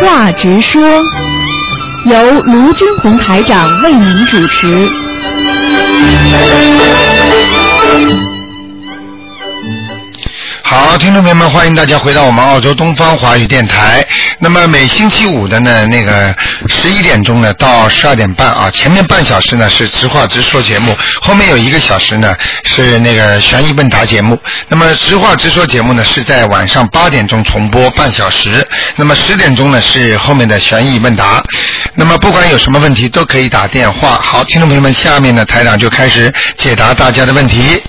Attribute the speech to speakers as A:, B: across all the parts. A: 话直说，由卢军红台长为您主持。
B: 好，听众朋友们，欢迎大家回到我们澳洲东方华语电台。那么每星期五的呢，那个十一点钟呢到十二点半啊，前面半小时呢是直话直说节目，后面有一个小时呢是那个悬疑问答节目。那么直话直说节目呢是在晚上八点钟重播半小时，那么十点钟呢是后面的悬疑问答。那么不管有什么问题都可以打电话。好，听众朋友们，下面呢台长就开始解答大家的问题。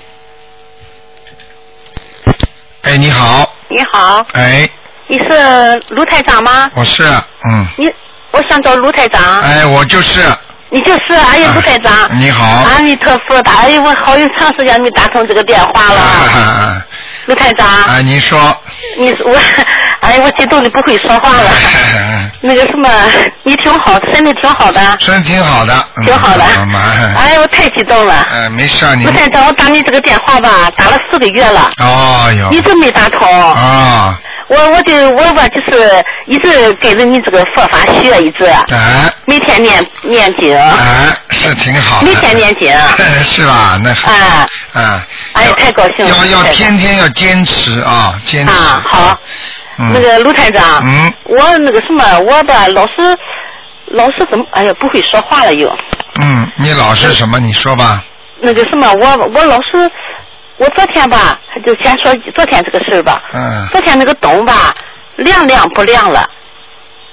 B: 哎，你好，
C: 你好，
B: 哎，
C: 你是卢台长吗？
B: 我是，嗯，
C: 你，我想找卢台长，
B: 哎，我就是，啊
C: 你就是啊哎呀，卢台长，
B: 你好，
C: 阿弥陀佛，打哎呀，我好长时间没打通这个电话
B: 啊
C: 了，
B: 啊
C: 卢台长，
B: 啊，啊，您说，
C: 你是我， 哎呀，我激动的不会说话了。
B: 啊
C: 那个什么，你挺好，身体挺好的，
B: 身体挺好的，嗯
C: 挺好的。
B: 好嘛，
C: 哎呀，我太激动了。
B: 哎，没事啊，你
C: 卢，台长，我打你这个电话吧，打了四个月了，
B: 哦哟，
C: 一直没打通。
B: 啊，
C: 我我就我吧，就是一直跟着你这个佛法学，一直啊
B: 哎，
C: 每天念念经，
B: 哎，是挺好的，
C: 每天念经。
B: 是吧？那好，
C: 哎，
B: 啊，
C: 哎
B: 要
C: 太高兴了
B: 要要
C: 太高兴
B: 天天要坚持啊，坚持，
C: 啊好，
B: 嗯，
C: 那个卢台长，
B: 嗯
C: 我那个什么，我吧老是老是怎么，哎呀，不会说话了又。
B: 嗯，你老是什么？你说吧，
C: 那个什么，我我老是，我昨天吧，就先说昨天这个事儿吧。
B: 嗯，
C: 昨天那个灯吧，亮亮不亮了，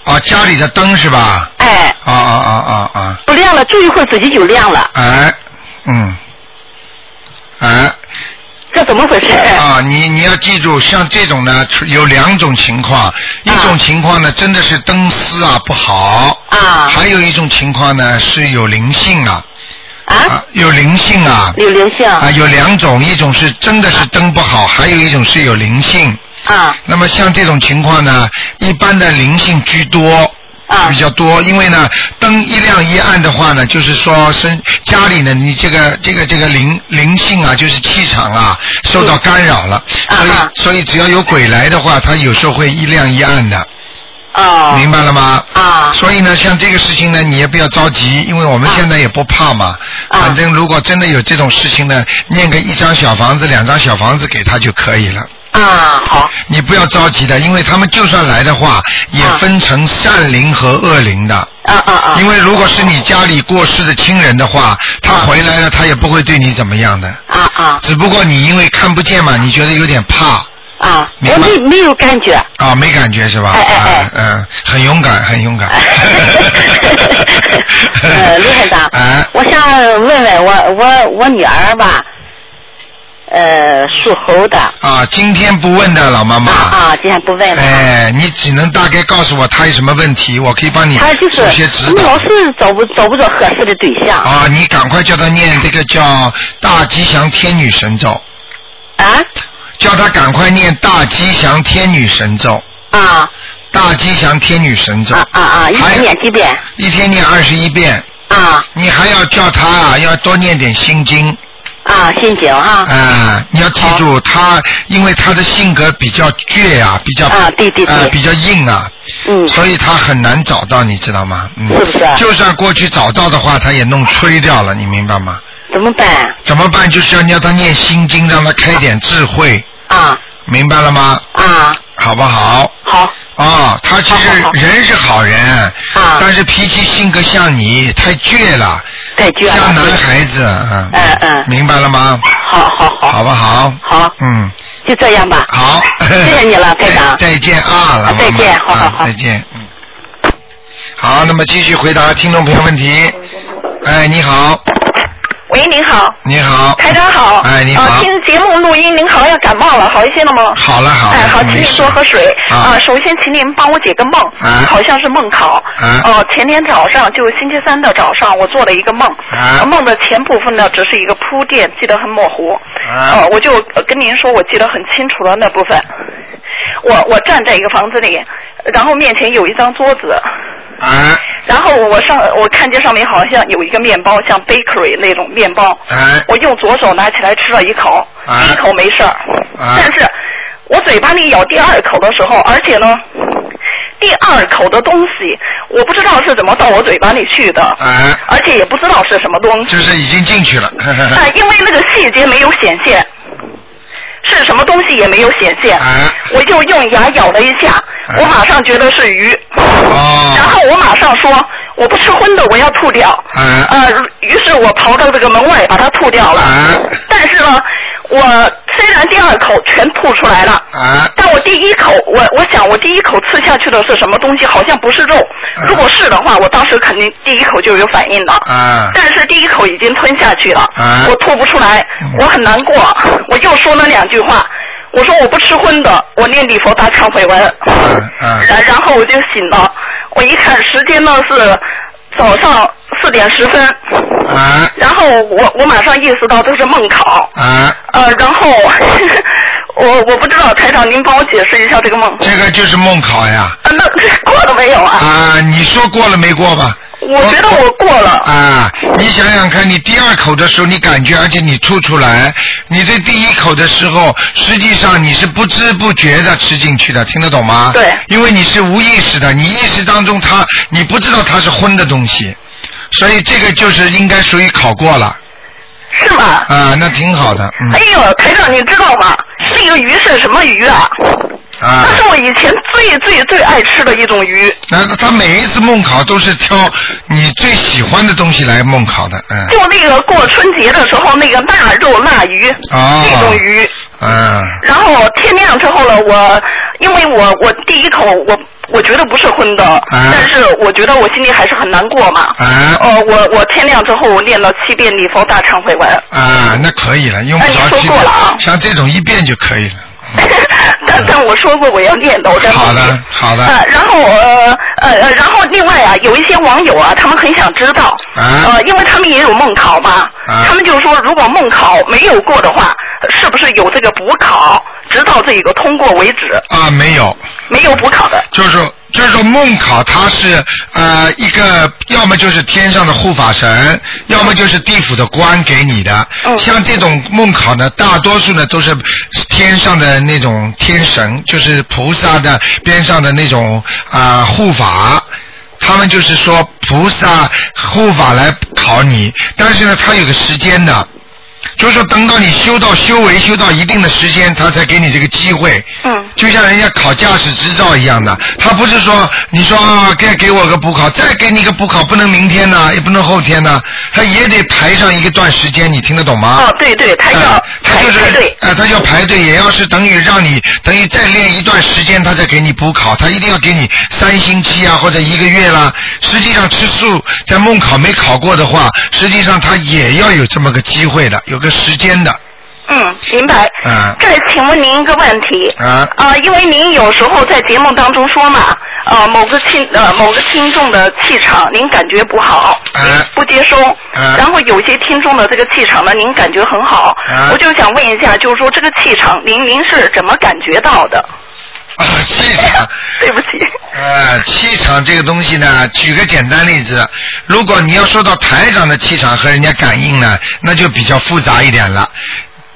B: 哦，家里的灯是吧？
C: 哎，
B: 啊啊啊啊啊！
C: 不亮了，住一会儿自己就亮了，
B: 哎，嗯，哎
C: 这怎么回事？
B: 啊，你你要记住，像这种呢，出有两种情
C: 啊
B: 况，一种情况呢，真的是灯丝啊不好，
C: 啊
B: 还有一种情况呢是有灵性啊，
C: 啊，
B: 啊有灵性啊，
C: 有灵性
B: 啊有两种，一种是真的是灯不好，还有一种是有灵性。
C: 啊
B: 那么像这种情况呢，一般的灵性居多。
C: 啊
B: 比较多，因为呢，灯一亮一暗的话呢，就是说身家里呢，你这个这个这个灵灵性啊，就是气场啊，受到干扰了，
C: 嗯
B: 所以、
C: 啊哈
B: 所以只要有鬼来的话，它有时候会一亮一暗的，
C: 啊
B: 明白了吗？
C: 啊
B: 所以呢，像这个事情呢，你也不要着急，因为我们
C: 啊
B: 现在也不怕嘛。
C: 啊
B: 反正如果真的有这种事情呢，念个一张小房子、两张小房子给他就可以了。
C: 啊，好
B: 你不要着急的，因为他们就算来的话，也
C: 啊
B: 分成善灵和恶灵的。
C: 啊啊啊
B: 因为如果是你家里过世的亲人的话，他
C: 啊
B: 回来了，他也不会对你怎么样的。
C: 啊啊
B: 只不过你因为看不见嘛，你觉得有点怕
C: 啊，
B: 明
C: 我
B: 白
C: 没没有感觉。
B: 啊，没感觉是吧？
C: 哎哎哎
B: 啊嗯、很勇敢，很勇 敢。
C: 呃，卢台长，
B: 哎，
C: 我想问问我我我女儿吧，呃，属猴的，
B: 啊，今天不问的老妈妈。
C: 啊啊，今天不问了。
B: 哎，你只能大概告诉我她有什么问题，我可以帮你
C: 他就是
B: 做些指
C: 我们
B: 导
C: 老。是找不找不着合适的对象啊
B: 啊，你赶快叫她念这个叫大吉祥天女神咒，
C: 啊
B: 叫她赶快念大吉祥天女神咒。
C: 啊
B: 大吉祥天女神咒，
C: 啊啊！一
B: 还
C: 天念几遍
B: 一天念二十一遍，
C: 啊
B: 你还要叫他啊，要多念点心经
C: 啊，哦心经
B: 啊、
C: 哈
B: 你要记住他，因为他的性格比较倔啊，比较
C: 啊，对对
B: 呃
C: 对，
B: 比较硬啊，
C: 嗯
B: 所以他很难找到，你知道吗？嗯，
C: 是不是啊
B: 就算过去找到的话，他也弄吹掉了，你明白吗？
C: 怎么办
B: 怎么办？就是要你要他念心经，让他开点智慧，
C: 啊
B: 明白了吗？
C: 啊？
B: 好不好？
C: 好
B: 哦，他其实
C: 好好好
B: 人是好人，
C: 啊
B: 但是脾气性格像你太倔了，
C: 太倔
B: 像男
C: 了，
B: 孩子，嗯
C: 嗯嗯
B: 明白了吗？
C: 好好好
B: 好啊不好？
C: 好，
B: 嗯，
C: 就这样吧。
B: 好，
C: 谢谢 你了台长
B: 再再见啊，老妈妈
C: 再见好好
B: 啊
C: 好
B: 再见，嗯，好，那么继续回答听众朋友问题。哎，你好，
D: 喂，您好，
B: 你好，
D: 台长好。
B: 哎，你好
D: 呃，，听节目录音，您好像感冒了，好一些了吗？
B: 好了好了，
D: 哎，好，请
B: 没
D: 您
B: 事
D: 多喝水。
B: 啊
D: 呃，首先请您帮我解个梦，
B: 啊
D: 好像是梦考。
B: 啊
D: 呃，前天早上，就是星期三的早上，我做了一个梦。
B: 啊
D: 呃梦的前部分呢，只是一个铺垫，记得很模糊。
B: 啊
D: 呃，我就呃跟您说，我记得很清楚的那部分。我我站在一个房子里，然后面前有一张桌子，
B: 哎
D: 然后我上我看见上面好像有一个面包，像 bakery 那种面包。
B: 哎
D: 我用左手拿起来吃了一口，
B: 啊
D: 第一口没事儿，
B: 啊
D: 但是我嘴巴里咬第二口的时候，而且呢，
C: 第二口的东西，我不知道是怎么到我嘴巴里去的，
B: 啊，
C: 而且也不知道是什么东西，
B: 就是已经进去了，
C: 但因为那个细节没有显现，是什么东西也没有显现，
B: 啊，
C: 我就用牙咬了一下，我马上觉得是鱼，然
B: 哦，
C: 后我马上说我不吃荤的，我要吐掉。
B: 啊，
C: 呃，于是我刨到这个门外把它吐掉了。
B: 啊
C: 但是呢，我虽然第二口全吐出来了，
B: 啊，
C: 但我第一口，我我想我第一口吃下去的是什么东西？好像不是肉。如果是的话，我当时肯定第一口就有反应了。
B: 啊，
C: 但是第一口已经吞下去了，
B: 啊
C: 我吐不出来
B: 嗯，
C: 我很难过，我又说了两句话，我说我不吃荤的，我念礼佛大忏悔文，
B: 啊
C: 然然后我就醒了，我一看时间呢是早上四点十分，
B: 啊，
C: 然后我我马上意识到这是梦考，
B: 啊，
C: 呃，然后 我我不知道台长您帮我解释一下这个梦，
B: 这个就是梦考呀。
C: 啊，那过了没有啊？
B: 啊，你说过了没过吧？
C: 我觉得我过了，
B: 啊，你想想看，你第二口的时候你感觉，而且你吐出来，你这第一口的时候，实际上你是不知不觉的吃进去的，听得懂吗？
C: 对
B: 因为你是无意识的，你意识当中它，你不知道它是荤的东西，所以这个就是应该属于考过了
C: 是吗？
B: 啊，那挺好的，嗯
C: 哎呦，台长，你知道吗？那个鱼是什么鱼啊？
B: 啊
C: 那。是我以前最最最爱吃的一种鱼，
B: 那他每一次梦考都是挑你最喜欢的东西来梦考的，嗯。
C: 就那个过春节的时候那个腊肉腊鱼、
B: 哦
C: 那种鱼。
B: 嗯。
C: 然后天亮之后呢，我因为我我第一口我我觉得不是荤的，但是我觉得我心里还是很难过嘛。
B: 啊
C: 呃，我我天亮之后我念了七遍礼佛大忏悔文，
B: 啊，那可以了，用不
C: 哎
B: 着
C: 你说
B: 记
C: 过了啊
B: 像这种一遍就可以了。
C: 但但我说过我要念的，我在
B: 嗯好
C: 梦里
B: 的，好的。
C: 呃，然后呃呃呃，然后另外啊，有一些网友啊，他们很想知道，
B: 啊
C: 呃，因为他们也有梦考嘛，
B: 啊
C: 他们就说如果梦考没有过的话，是不是有这个补考，直到这个通过为止？
B: 啊，没有，
C: 没有补考的，
B: 就是说就是说梦考它是呃一个，要么就是天上的护法神，要么就是地府的官给你的。
C: 嗯
B: 像这种梦考呢，大多数呢都是天上的那种天神，就是菩萨的边上的那种啊、护法。他们就是说菩萨护法来考你，但是呢，他有个时间的，就是说等到你修到修为修到一定的时间，他才给你这个机会。
C: 嗯
B: 就像人家考驾驶执照一样的，他不是说你说啊该给我个补考，再给你个补考，不能明天呢、也不能后天呢、他也得排上一个段时间，你听得懂吗？
C: 哦，对对，他要
B: 呃他
C: 排
B: 就是
C: 排队，
B: 呃，他要排队，也要是等于让你等于再练一段时间，他再给你补考，他一定要给你三星期啊或者一个月啦。实际上吃素在梦考没考过的话，实际上他也要有这么个机会的，有个时间的，
C: 嗯，明白。
B: 嗯
C: 这请问您一个问题。
B: 啊
C: 啊、因为您有时候在节目当中说嘛，呃，某个听呃某个听众的气场您感觉不好，
B: 啊
C: 您不接收，
B: 啊
C: 然后有些听众的这个气场呢，您感觉很好，
B: 啊
C: 我就想问一下，就是说这个气场您您是怎么感觉到 的？
B: 啊，气场。
C: 对不起，
B: 呃，气场这个东西呢，举个简单例子，如果你要说到台长的气场和人家感应呢，那就比较复杂一点了。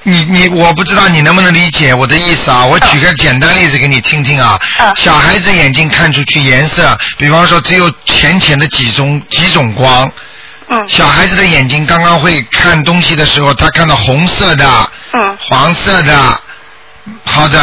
B: 你你我不知道你能不能理解我的意思啊？我举个简单例子给你听听啊。
C: 嗯
B: 小孩子眼睛看出去颜色，比方说只有浅浅的几种几种光，
C: 嗯
B: 小孩子的眼睛刚刚会看东西的时候，他看到红色的、
C: 嗯
B: 黄色的，或者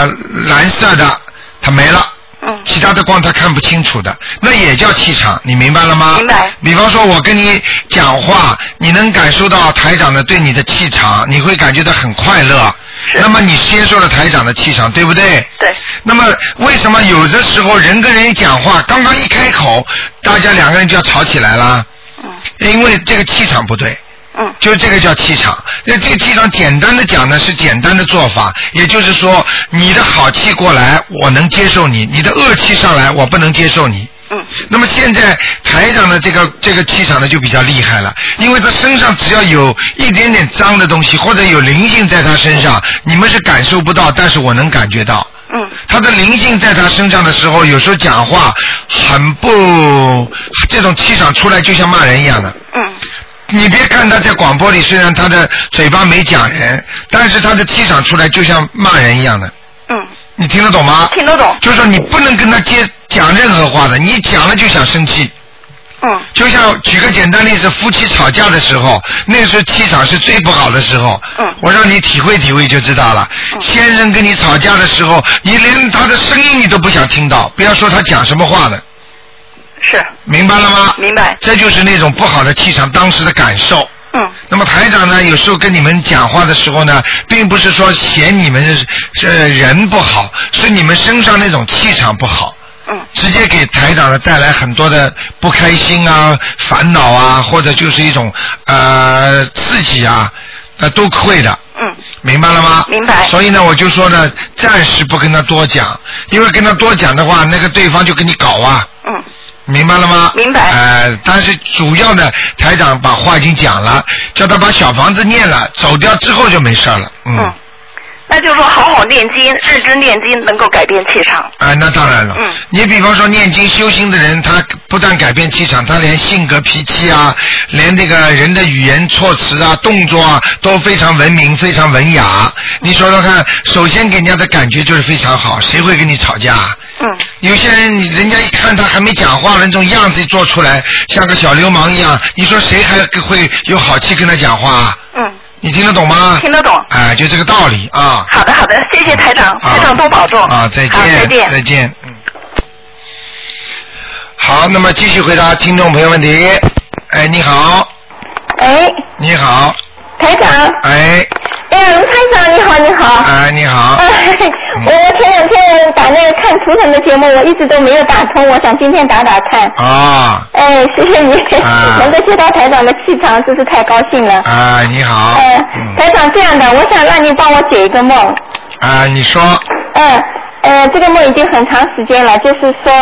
B: 蓝色的，他没了。
C: 嗯
B: 其他的光他看不清楚的，那也叫气场，你明白了吗？
C: 明白。
B: 比方说，我跟你讲话，你能感受到台长的对你的气场，你会感觉到很快乐。
C: 是
B: 那么你接受了台长的气场，对不对？
C: 对，
B: 那么为什么有的时候人跟人讲话，刚刚一开口，大家两个人就要吵起来啦？
C: 嗯
B: 因为这个气场不对。
C: 嗯
B: 就这个叫气场。那这个气场简单的讲呢，是简单的做法，也就是说，你的好气过来，我能接受你；你的恶气上来，我不能接受你。
C: 嗯
B: 那么现在台长的这个这个气场呢就比较厉害了，因为他身上只要有一点点脏的东西或者有灵性在他身上，你们是感受不到，但是我能感觉到。
C: 嗯
B: 他的灵性在他身上的时候，有时候讲话很不，这种气场出来就像骂人一样的。
C: 嗯
B: 你别看他在广播里，虽然他的嘴巴没讲人，但是他的气场出来就像骂人一样的，
C: 嗯，
B: 你听得懂吗？
D: 听得懂。
B: 就是说你不能跟他接讲任何话的，你讲了就想生气。
D: 嗯。
B: 就像举个简单例子，夫妻吵架的时候，那时候气场是最不好的时候。
D: 嗯
B: 我让你体会体会就知道了。先生跟你吵架的时候，你连他的声音你都不想听到，不要说他讲什么话了，
D: 是，
B: 明白了吗？
D: 明白。
B: 这就是那种不好的气场当时的感受。
D: 嗯
B: 那么台长呢，有时候跟你们讲话的时候呢，并不是说嫌你们呃人不好，是你们身上那种气场不好，
D: 嗯
B: 直接给台长呢带来很多的不开心啊、烦恼啊，或者就是一种呃自己啊，呃都会的。
D: 嗯，
B: 明白了吗？
D: 明白
B: 所以呢，我就说呢，暂时不跟他多讲，因为跟他多讲的话，那个对方就跟你搞啊。
D: 嗯
B: 明白了吗？
D: 明白
B: 呃，但是主要的台长把话已经讲了，叫他把小房子念了，走掉之后就没事儿了。嗯。
D: 嗯。那就是说，好好念经，认真念经，能够改变气场。
B: 啊，那当然了。
D: 嗯
B: 你比方说念经修心的人，他不但改变气场，他连性格脾气啊，连这个人的语言措辞啊、动作啊，都非常文明、非常文雅。你说说看，首先给人家的感觉就是非常好，谁会跟你吵架啊？
D: 嗯
B: 有些人，你人家一看他还没讲话了，那种样子一做出来，像个小流氓一样，你说谁还会有好气跟他讲话啊？
D: 嗯，
B: 你听得懂吗？
D: 听得懂。
B: 哎、就这个道理啊。
D: 好的好的，谢谢台长，
B: 啊
D: 台长多保重。
B: 啊，再见，
D: 好再见。
B: 再见。嗯。好，那么继续回答听众朋友问题。哎，你好，
E: 哎，
B: 你好，
E: 台长，
B: 哎，
E: 哎呀，卢台长你好，你好。
B: 哎，你好，
E: 哎，
B: 嗯
E: 我我前两天打那个看图腾的节目，我一直都没有打通，我想今天打打看。
B: 啊，
E: 哎，谢谢你，
B: 啊
E: 能够接到台长的气场，真是太高兴了。
B: 啊，你好，
E: 哎，
B: 嗯，
E: 台长这样的，我想让你帮我解一个梦。
B: 啊，你说，
E: 嗯，呃，这个梦已经很长时间了，就是说，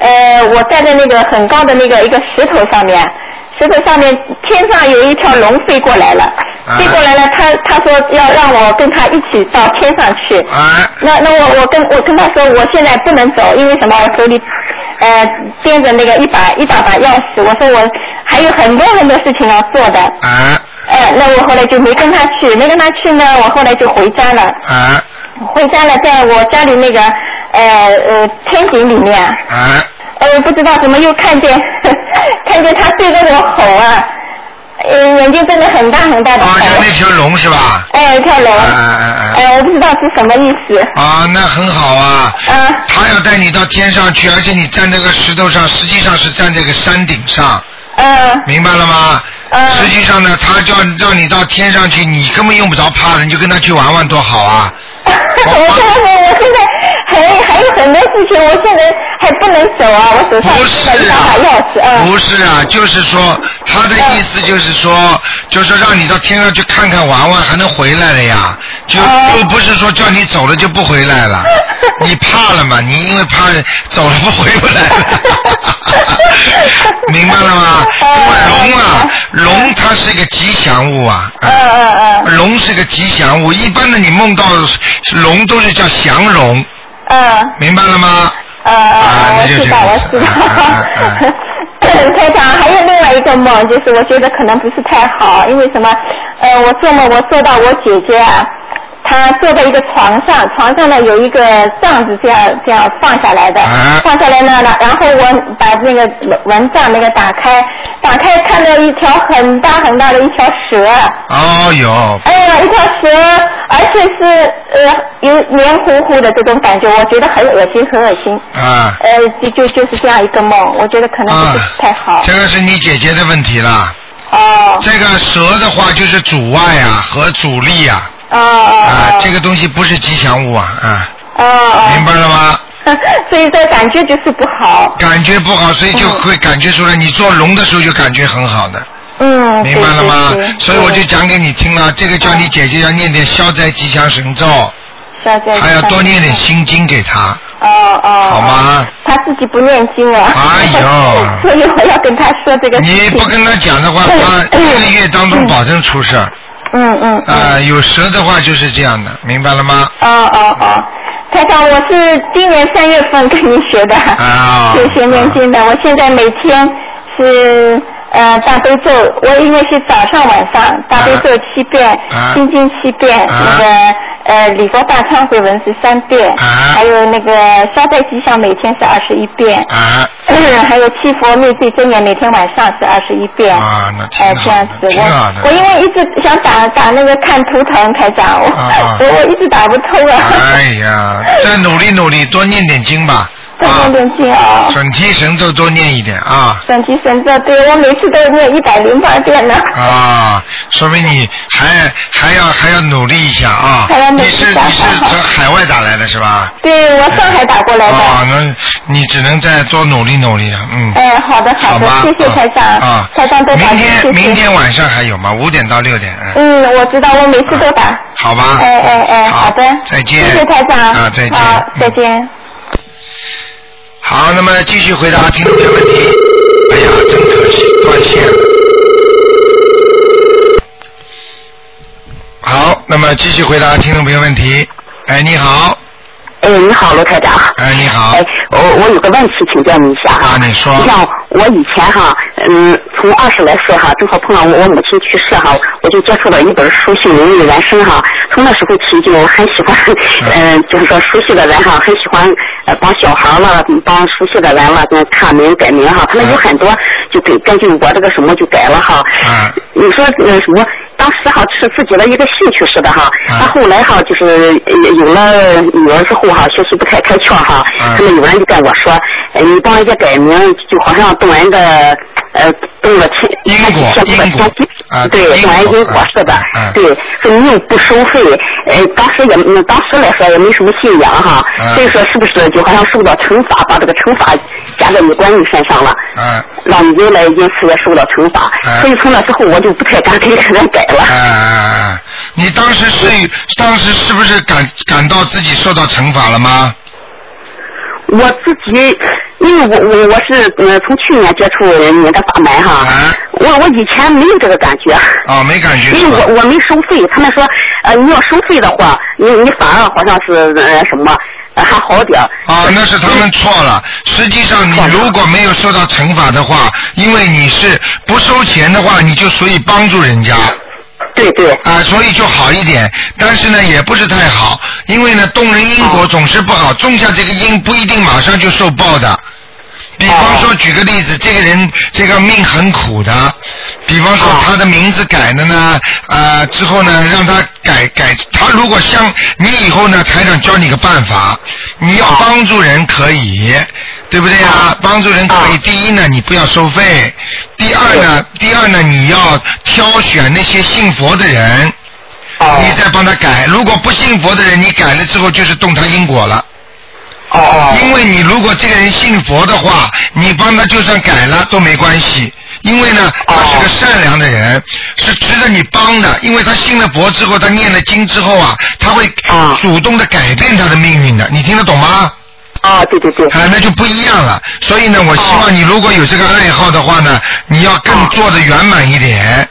E: 呃，我站在那个很高的那个一个石头上面，石头上面天上有一条龙飞过来了，
B: 啊
E: 飞过来了，他他说要让我跟他一起到天上去。
B: 哎，
E: 那那我我跟我跟他说，我现在不能走，因为什么？我手里呃掂着那个一把一把把钥匙，我说我还有很多很多事情要做的。
B: 哎，
E: 哎，那我后来就没跟他去，没跟他去呢，我后来就回家了。
B: 哎，
E: 回家了，在我家里那个呃呃天井里面，
B: 哎，
E: 呃不知道怎么又看见 看见他对那种吼啊，呃眼睛睁得很大很大的
B: 哦，有
E: 吼
B: 那，条龙是吧？
E: 哎跳楼，
B: 哎哎哎，
E: 哎我不知道是什么意思，
B: 啊，那很好啊。
E: 啊
B: 他要带你到天上去，而且你站这个石头上，实际上是站这个山顶上。
E: 嗯
B: 明白了吗？
E: 嗯
B: 实际上呢，他叫让你到天上去，你根本用不着怕的，你就跟他去玩玩多好啊！
E: 我现在我现在还还有很多事情，我现在还不能走啊，我手上
B: 不
E: 有一
B: 是
E: 把
B: 啊
E: 把钥匙，，嗯
B: 不是啊，就是说他的意思就是说，就是让你到天上去看看玩玩，还能回来的呀。就
E: 哦
B: 又不是说叫你走了就不回来了，你怕了嘛？你因为怕走了不回不来了，明白了吗？因为龙啊，龙它是一个吉祥物啊。
E: 嗯嗯
B: 龙是个吉祥物，一般的你梦到龙都是叫祥龙，
E: 嗯嗯。
B: 明白了吗？
E: 呃，我知道，我知 道。台长，还有另外一个梦，就是我觉得可能不是太好，因为什么？呃，我做梦我做到我姐姐啊，她坐在一个床上，床上呢有一个帐子这样这样放下来的，
B: 啊
E: 放下来呢，然然后我把那个蚊帐那个打开，打开看到一条很大很大的一条蛇。
B: 哦哟，
E: 哎呀，一条蛇，而且是呃有黏糊糊的这种感觉，我觉得很恶心，很恶心。
B: 啊
E: 呃，就就就是这样一个梦，我觉得可能
B: 啊
E: 不是太好。，
B: 这个是你姐姐的问题了。
E: 哦，
B: 这个蛇的话就是阻碍啊和阻力啊，
E: 哦哦
B: 啊
E: 哦，，
B: 这个东西不是吉祥物啊，啊，
E: 哦哦，
B: 明白了吗？
E: 所以这感觉就是不好。
B: 感觉不好，所以就会感觉出来。你做龙的时候就感觉很好的，
E: 嗯，
B: 明白了吗
E: 对对？对
B: 所以我就讲给你听了，这个叫你姐姐要念点消灾吉祥神咒，
E: 消灾
B: 还要多念点
E: 吉
B: 心经给她。
E: 祥哦哦，
B: 好吗？
E: 他自己不念经啊。
B: 哎呦
E: 所以我要跟他说这个事
B: 你
E: 情。
B: 不跟他讲的话， 他一个月当中保证出事儿。
E: 嗯嗯。嗯
B: 啊、有蛇的话就是这样的，明白了吗？
E: 哦哦哦，台长，我是今年三月份跟你学的，
B: 啊
E: 就学念经的。我现在每天是呃大悲咒，我因为是早上晚上大悲咒七遍，
B: 啊
E: 心经七遍，
B: 啊
E: 那个呃礼佛大忏悔文是三遍，
B: 啊
E: 还有那个消灾吉祥每天是二十一遍，
B: 啊
E: 还有七佛灭罪真言每天晚上是二十一遍。
B: 啊，那挺
E: 哎，这
B: 好
E: 样
B: 的，
E: 子，
B: 挺好
E: 我我因
B: 的。
E: 为一直想打打那个看图腾台长，我、
B: 啊啊
E: 我我一直打不通啊，
B: 哎呀，再努力努力，多念点经吧。
E: 多
B: 啊
E: 念，点经啊，
B: 准提神咒多念一点啊。
E: 准提神咒，对我每次都念一百零八遍呢。
B: 啊，说明你还还要还要努力一下啊！
E: 还要努力
B: 你是
E: 一下
B: 你 是
E: 好好
B: 从海外打来的是吧？
E: 对我上海打过来的。
B: 啊，那你只能再多努力努力了，嗯。
E: 哎，好的
B: 好
E: 的
B: 吧，，
E: 谢谢
B: 啊
E: 台长，
B: 啊，
E: 台长多打
B: 明
E: 谢谢。
B: 天明天晚上还有吗？五点到六点，嗯，
E: 嗯，我知道，我每次都打。
B: 好吧。
E: 哎哎哎，
B: 啊好
E: 好的，
B: 再见
E: 谢谢台长。
B: 啊再见
E: 好，再
B: 嗯
E: 见。
B: 好，那么继续回答听众的问题。哎呀，真可惜，断线了。好，那么继续回答听众朋友问题。哎，你好，
C: 哎，你好，罗台长。
B: 哎，你好，
C: 哎，我我有个问题请教你一下
B: 啊，你说，
C: 你像我以前哈，嗯，从二十来岁哈，正好碰上我我母亲去世哈，我就接触到一本书《姓名与人生》哈。从那时候起就很喜欢， 嗯、就是说熟悉的人哈，很喜欢呃帮小孩了，帮熟悉的人了，嗯看名改名哈。他们有很多就给根据我这个什么就改了哈。
B: 啊
C: 你说那什么，当时哈是自己的一个兴趣似的哈，
B: 啊
C: 那后来哈就是呃有了女儿之后哈，学习不太开窍哈，
B: 啊
C: 他们有人就跟我说，呃你帮人家改名，就好像动人的呃动了亲
B: 因果
C: 千古的
B: 因果
C: 伤心
B: 啊
C: 对，
B: 因
C: 动人
B: 果
C: 因果似的
B: 啊啊，
C: 对，所以你又不收费，呃，当时也嗯当时来说也没什么信仰哈
B: 啊，
C: 所以说是不是就好像受到惩罚，把这个惩罚加在你闺女身上了？
B: 啊
C: 让你原来因此也受到惩罚，
B: 哎
C: 所以从那之后我就不太敢给人改了
B: 啊。啊！你当时是当时是不是感感到自己受到惩罚了吗？嗯
C: 我自己，因为我我我是呃从去年接触你的法门哈，
B: 啊
C: 我我以前没有这个感觉。
B: 哦，没感觉是
C: 因为
B: 吧？
C: 我我没收费，他们说，呃，你要收费的话，你你反而好像是呃什么，呃还好点儿。
B: 啊，那是他们错了。实际上，你如果没有受到惩罚的话，因为你是不收钱的话，你就属于帮助人家。
C: 对对，
B: 啊，所以就好一点，但是呢，也不是太好，因为呢，动人因
C: 哦
B: 果总是不好，种下这个因不一定马上就受报的。比方
C: 哦
B: 说，举个例子，这个人这个命很苦的，比方说
C: 哦
B: 他的名字改了呢，啊之后呢，让他改改，他如果像你以后呢，台长教你个办法，你要帮助人可以，对不对啊？帮助人可以，
C: 哦哦
B: 第一呢，你不要收费；第二呢，第二呢，你要挑选那些信佛的人，
C: 哦
B: 你再帮他改。如果不信佛的人，你改了之后就是动他因果了。
C: 哦哦
B: 因为你如果这个人信佛的话，你帮他就算改了都没关系，因为呢，他是个善良的人，是值得你帮的。因为他信了佛之后，他念了经之后啊，他会
C: 啊
B: 主动的改变他的命运的。你听得懂吗？
C: 啊，对对对，
B: 啊，那就不一样了。所以呢，我希望你如果有这个爱好的话呢，你要更做的圆满一点。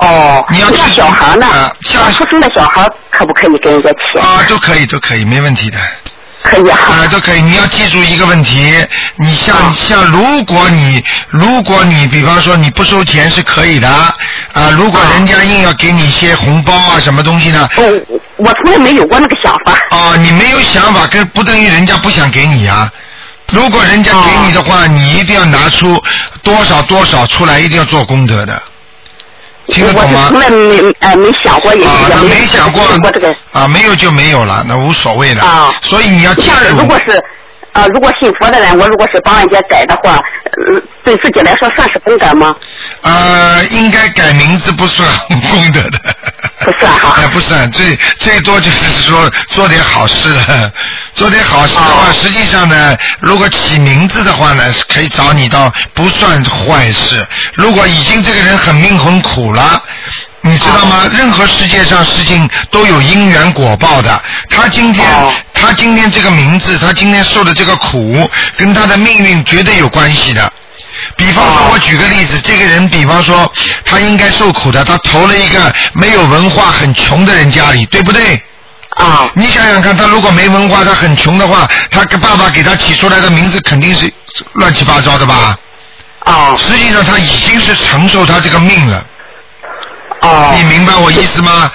C: 哦，
B: 你要
C: 那
B: 自己
C: 小孩呢
B: 啊？像
C: 出生的小孩可不可以跟人家起？
B: 啊，都可以，都可以，没问题的。
C: 可以
B: 啊，
C: 哈。
B: 都可以。你要记住一个问题，你像
C: 啊
B: 像，如果你如果你比方说你不收钱是可以的啊，如果
C: 啊
B: 人家硬要给你一些红包啊什么东西呢，
C: 我我从来没有过那个想法。
B: 哦，你没有想法，跟不等于人家不想给你啊。如果人家给你的话，你一定要拿出多少多少出来，一定要做功德的，听得懂
C: 我
B: 吗
C: 是从？来没呃没想过，也、
B: 啊，
C: 也
B: 那
C: 没
B: 没想过
C: 过这个。
B: 啊，没有就没有了，那无所谓的。
C: 啊
B: 所以你要记
C: 像
B: 住
C: 如果是呃如果信佛的人，我如果是帮人家改的话，呃、对自己来说算是功德吗？
B: 呃，应该改名字不算功 德的。
C: 不算哈
B: 哎，不算，最最多就是说做点好事了。做点好事的话，
C: 哦
B: 实际上呢，如果起名字的话呢，是可以找你到不算坏事。如果已经这个人很命很苦了。你知道
C: 哦
B: 吗？任何世界上事情都有因缘果报的。他今天
C: 哦
B: 他今天这个名字，他今天受的这个苦，跟他的命运绝对有关系的。比方说，我举个例子，这个人，比方说，他应该受苦的，他投了一个没有文化、很穷的人家里，对不对？
C: 啊
B: 你想想看，他如果没文化，他很穷的话，他爸爸给他起出来的名字肯定是乱七八糟的吧？
C: 哦
B: 实际上他已经是承受他这个命了，
C: 哦
B: 你明白我意思吗？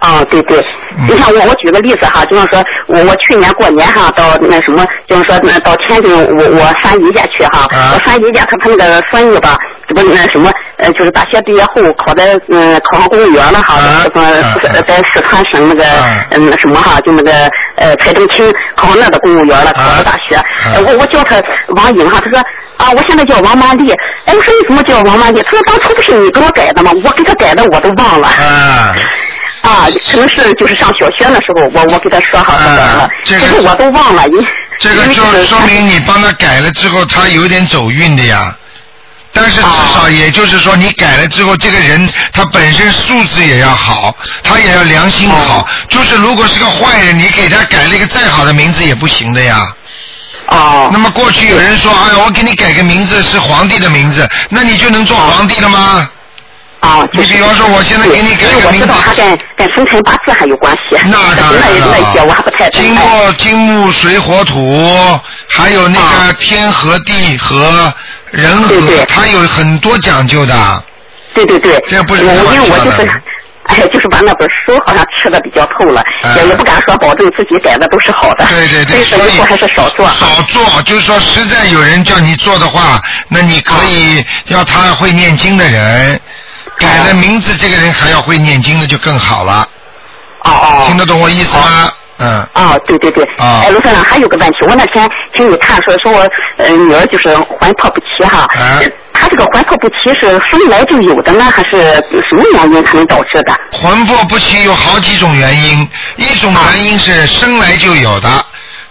C: 哦，对对，
B: 嗯
C: 就像我我举个例子哈，就像说我我去年过年哈到那什么，就是说那到天津我我上姨家去哈，
B: 啊
C: 我上姨家他他那个孙女吧，这不那什么呃就是大学毕业后考的嗯考上公务员了哈，
B: 啊
C: 什么
B: 啊啊
C: 在四川省那个
B: 啊
C: 嗯那什么哈就那个呃财政厅考上那个公务员了，
B: 啊
C: 考上大学，呃我我叫他王颖哈，他说啊我现在叫王曼丽，哎我说你怎么叫王曼丽？他说当初不是你给我改的吗？我给他改的我都忘了。
B: 啊，
C: 啊，可能是就是上小学那时候，我我给他说好
B: 啊
C: 多遍了，
B: 这个
C: 其实我都忘了，因
B: 这个
C: 因为
B: 就
C: 就是
B: 说明你帮他改了之后，他有点走运的呀。但是至少也就是说，你改了之后，这个人他本身素质也要好，他也要良心好。就是如果是个坏人，你给他改了一个再好的名字也不行的呀。
C: 哦
B: 那么过去有人说，哎呀，我给你改个名字是皇帝的名字，那你就能做皇帝了吗？
C: 哦，就
B: 你
C: 是
B: 比方说我现在给你改
C: 因为
B: 个
C: 我
B: 名
C: 知
B: 字
C: 道，他跟跟生辰八字还有关系，
B: 那当
C: 那
B: 然
C: 那一些我还不太
B: 了，
C: 懂
B: 经
C: 哎
B: 过金木水火土，还有那个
C: 啊
B: 天和地和人
C: 对
B: 和，
C: 对啊
B: 它有很多讲究的。
C: 对对对，
B: 这不是
C: 我
B: 开玩
C: 因为我
B: 笑
C: 就
B: 的
C: 是。哎，就是把那本书好像吃的比较透了，
B: 哎
C: 也也不敢说保证自己改的都是好的，
B: 对对对，
C: 所以说以后还是少做啊。
B: 少做，就是说实在有人叫你做的话，那你可
C: 啊
B: 以要他会念经的人，改
C: 啊
B: 了名字，这个人还要会念经的就更好了。
C: 哦哦，
B: 听得懂我意思吗？嗯。
C: 哦，对对对，
B: 啊
C: 哎，卢科长还有个问题，我那天听你看说说我呃女儿就是环抱不齐哈，
B: 啊
C: 她这个环抱不齐是生来就有的呢，还是什么原因才能导致的？
B: 魂魄不齐有好几种原因，一种原因是生来就有的，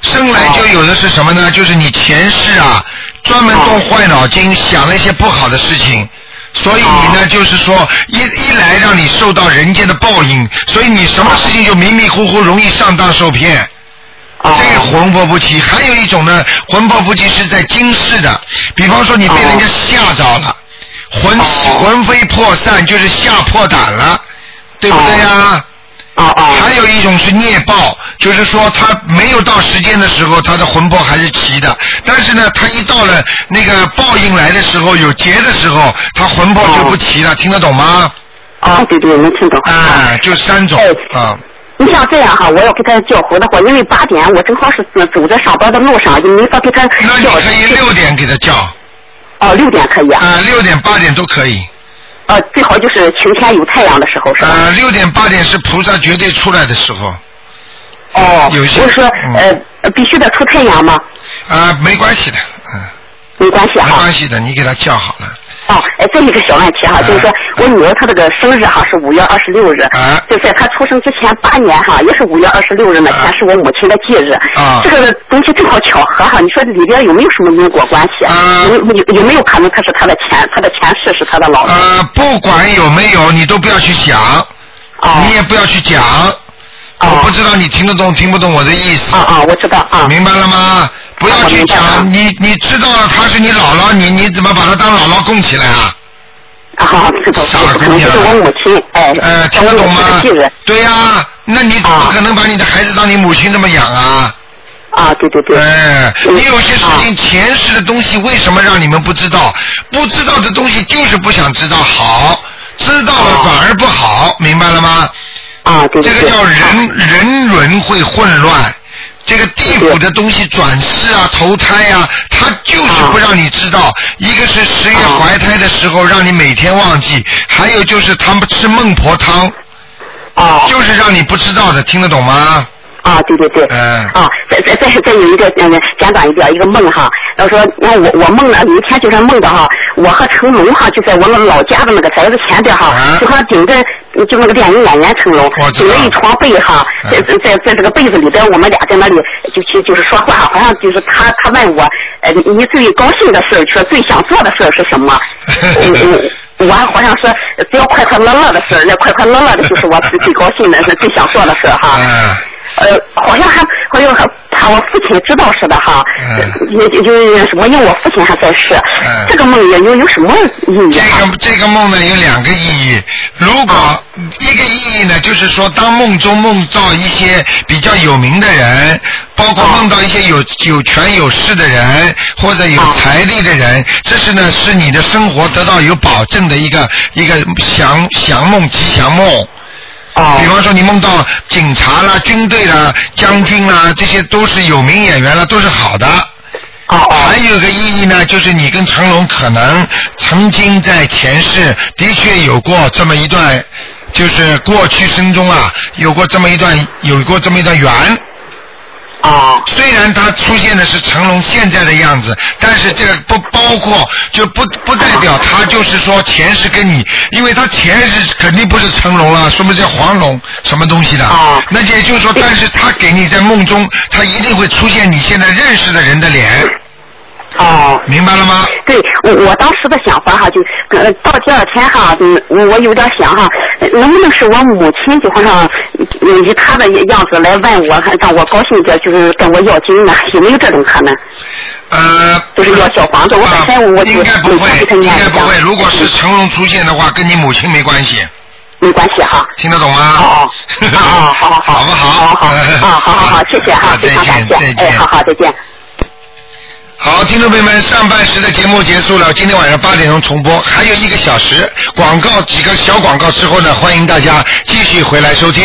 B: 生来就有的是什么呢？就是你前世啊，专门动坏脑筋，想了一些不好的事情。所以你呢，就是说一一来让你受到人间的报应，所以你什么事情就迷迷糊糊，容易上当受骗。
C: 哦
B: 这个魂魄不齐，还有一种呢，魂魄不齐是在今世的，比方说你被人家吓着了，魂
C: 哦
B: 魂飞魄散，就是吓破胆了，对不对呀、
C: 哦哦
B: 还有一种是孽报，就是说他没有到时间的时候，他的魂魄还是齐的，但是呢，他一到了那个报应来的时候，有劫的时候，他魂魄就不齐了，听得懂吗？
C: 哦，对对，能听懂。
B: 啊，就三种
C: 哎
B: 啊，
C: 你像这样哈，我要给她叫回的话，因为八点我正好是走走在上班的路上，也没法给她
B: 那你
C: 哎叫。
B: 可以六点给他叫，
C: 哦，六点可以啊。
B: 啊，六点八点都可以。啊
C: 呃，最好就是晴天有太阳的时候，是吧？
B: 呃，六点八点是菩萨绝对出来的时候，啊、
C: 哦，
B: 有些嗯
C: 我说呃，必须得出太阳吗？
B: 呃没关系的，嗯，
C: 没关系
B: 没
C: 哈。
B: 关系的，你给他叫好了，
C: 哦，哎，这一个小问题哈，就是说我女儿她这个生日哈是五月二十六日，
B: 啊
C: 就在她出生之前八年哈，也是五月二十六日那
B: 啊
C: 天是我母亲的忌日，
B: 啊
C: 这个东西正好巧合哈，你说里边有没有什么因果关系？
B: 啊
C: 有有有没有可能她是她的前她的前世是她的老公？
B: 呃，不管有没有，你都不要去想，
C: 哦
B: 你也不要去讲，我不知道你听得懂听不懂我的意思，
C: 啊啊，我知道啊。
B: 明白了吗？不要去讲，
C: 啊我明
B: 你你知道了他是你姥姥，你你怎么把他当姥姥供起来啊？
C: 啊，好好知道，
B: 傻
C: 可能就是
B: 姑娘
C: 我母亲，哎，
B: 呃，
C: 是
B: 听
C: 我
B: 得懂
C: 母亲哦的
B: 吗
C: 忌日，？
B: 对呀、那你怎么可能把你的孩子当你母亲这么养啊
C: 啊，对对对，
B: 哎，
C: 嗯
B: 你有些事
C: 啊
B: 情前世的东西为什么让你们不知道？不知道的东西就是不想知道，好，知道了
C: 哦
B: 反而不好，明白了吗？
C: 啊，对
B: 这个
C: 对对，
B: 叫人人轮会混乱，这个地府的东西转世啊、投胎啊，它就是不让你知道。一个是十月
C: 哦
B: 怀胎的时候让你每天忘记，还有就是他们吃孟婆汤，
C: 啊，
B: 就是让你不知道的，听得懂吗？
C: 啊，对对对，
B: 嗯
C: 啊，再再再再有一个嗯简短一点一个梦哈，然后说那我我梦了，有一天就是梦到哈，我和成龙哈就在我们老家的那个宅子前边哈，
B: 啊
C: 就好像顶着就那个电影演员成龙
B: 我，知
C: 顶
B: 道
C: 着一床被哈，
B: 嗯
C: 在在在在这个被子里边，我们俩在那里就去就是说话，好像就是他他问我，呃你你最高兴的事儿，说最想做的事儿是什么？嗯嗯 我好像说，只要快快乐乐的事儿，那快快乐啊
B: 啊
C: 乐的就是我最高兴的、那最想做的事儿哈。
B: 嗯。
C: 呃，好像还好像还他我父亲知道似的哈，
B: 嗯
C: 有有有什么？因为我父亲还在世，这个梦也有有什么意义？
B: 这个这个梦呢有两个意义，如果一个意义呢，就是说当梦中梦到一些比较有名的人，包括梦到一些有有权有势的人或者有财力的人，这是呢是你的生活得到有保证的一个一个祥祥梦吉祥梦。
C: 哦，
B: 比方说你梦到警察啦、军队啦、将军啦，这些都是有名演员啦，都是好的。
C: 哦哦。
B: 还有个意义呢，就是你跟成龙可能曾经在前世的确有过这么一段，就是过去生中啊，有过这么一段，有过这么一段缘。
C: 啊，
B: 虽然他出现的是成龙现在的样子，但是这个不包括，就不不代表他就是说前世跟你，因为他前世肯定不是成龙了，说明叫黄龙什么东西的。
C: 啊，
B: 那也就是说，但是他给你在梦中，他一定会出现你现在认识的人的脸。
C: 哦，
B: 明白了吗？
C: 对，我我当时的想法哈，就呃到第二天哈，嗯，我有点想哈，呃能不能是我母亲就好像嗯以她的样子来问我，让我高兴一点，就是跟我要金呢？有没有这种可能？
B: 呃，啊
C: 就是要小房子，我本身我就
B: 应该不
C: 每
B: 会
C: 天给她，
B: 应
C: 念
B: 该
C: 一
B: 不
C: 张
B: 会。如果是成龙出现的话，跟你母亲没关系，
C: 嗯没关系哈。
B: 听得懂 吗？
C: 哦哦哦，好好好，
B: 好不好？
C: 好好好，好 好好，谢谢哈，非
B: 再
C: 常
B: 见，
C: 感
B: 再
C: 谢，
B: 见
C: 哎，。好好再见。
B: 好，听众朋友们，上半时的节目结束了，今天晚上八点钟重播，还有一个小时广告，几个小广告之后呢，欢迎大家继续回来收听。